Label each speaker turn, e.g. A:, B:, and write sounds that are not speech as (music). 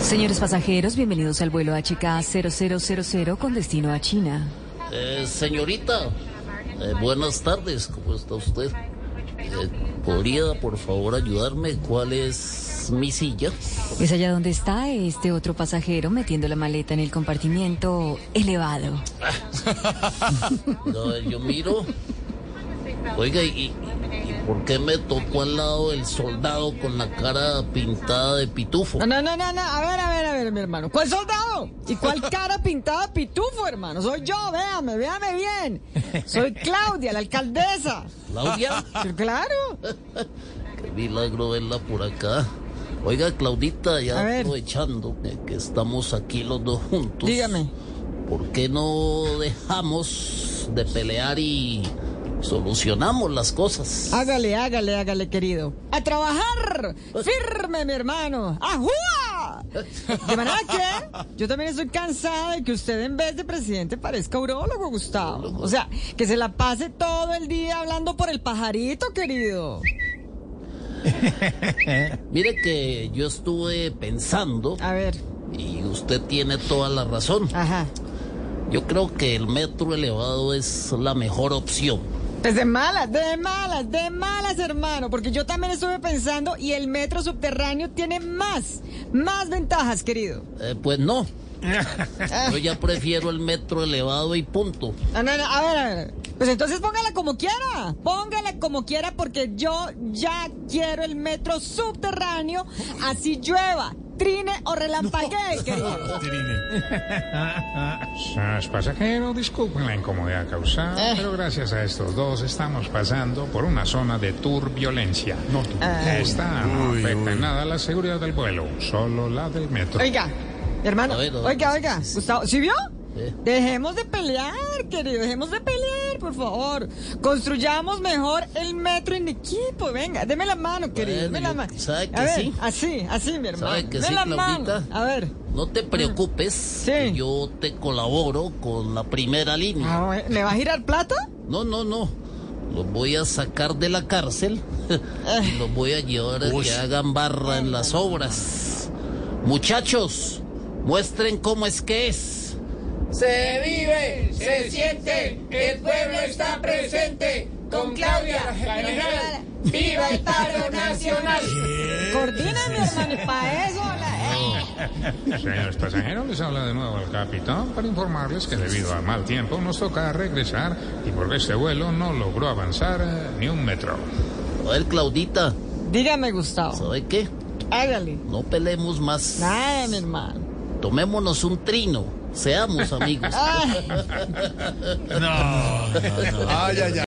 A: Señores pasajeros, bienvenidos al vuelo HK0000 con destino a China.
B: Eh, señorita, eh, buenas tardes, ¿cómo está usted? Eh, ¿Podría por favor ayudarme? ¿Cuál es mi silla?
A: Es allá donde está este otro pasajero metiendo la maleta en el compartimiento elevado.
B: No, yo miro. Oiga, ¿y, y por qué me tocó al lado el soldado con la cara pintada de pitufo?
C: No, no, no, no, no. A ver, a ver, a ver, mi hermano. ¿Cuál soldado? ¿Y cuál cara pintada pitufo, hermano? Soy yo, véame, véame bien. Soy Claudia, la alcaldesa.
B: Claudia,
C: Pero Claro.
B: qué milagro verla por acá. Oiga, Claudita,
C: A
B: ya
C: ver.
B: aprovechando que, que estamos aquí los dos juntos.
C: Dígame.
B: ¿Por qué no dejamos de pelear y solucionamos las cosas?
C: Hágale, hágale, hágale, querido. ¡A trabajar! ¡Firme, mi hermano! ¡Ajúa! De manera que yo también estoy cansada de que usted en vez de presidente parezca urólogo, Gustavo. O sea, que se la pase todo el día hablando por el pajarito, querido.
B: (laughs) Mire que yo estuve pensando
C: A ver,
B: y usted tiene toda la razón.
C: ajá.
B: Yo creo que el metro elevado es la mejor opción.
C: Pues de malas, de malas, de malas, hermano, porque yo también estuve pensando y el metro subterráneo tiene más, más ventajas, querido.
B: Eh, pues
C: (laughs)
B: no. Yo ya prefiero el metro elevado y punto.
C: Ah, no, no, a ver, a ver. Pues entonces póngala como quiera. Póngala como quiera porque yo ya quiero el metro subterráneo, así llueva, trine o relampaguee, querido.
D: Los pasajeros, disculpen la incomodidad causada, pero gracias a estos dos estamos pasando por una zona de turbiolencia. No, Esta no afecta en nada la seguridad del vuelo, solo la del metro.
C: Oiga, hermano,
B: A ver, a ver.
C: oiga, oiga, Gustavo, ¿sí vio?
B: Sí.
C: Dejemos de pelear, querido, dejemos de pelear, por favor. Construyamos mejor el metro en equipo. Venga, deme la mano,
B: Bueno,
C: querido, deme la
B: yo-
C: mano.
B: ¿sabe que
C: a ver,
B: sí?
C: así, así, mi hermano.
B: ¿Sabe que
C: deme
B: sí,
C: la
B: Claudita?
C: mano. A ver.
B: No te preocupes, que yo te colaboro con la primera línea.
C: Ah, bueno, ¿Me va a girar plata?
B: No, no, no. Los voy a sacar de la cárcel y los voy a llevar a que hagan barra en las obras. Muchachos, muestren cómo es que es.
E: Se vive, se siente, el pueblo está presente con Claudia, la general. ¡Viva el paro
C: (laughs)
E: nacional!
C: Coordina, mi hermano, y para eso. la- eh.
D: Señores pasajeros, les habla de nuevo el capitán para informarles que debido al mal tiempo nos toca regresar y porque este vuelo no logró avanzar eh, ni un metro.
B: A ver, Claudita,
C: Dígame, Gustavo,
B: ¿sabe qué?
C: hágale.
B: No peleemos más.
C: Nada, mi hermano.
B: Tomémonos un trino.
C: (laughs) Ah.
B: Seamos amigos.
C: Ay.
F: Ay, ay, ay.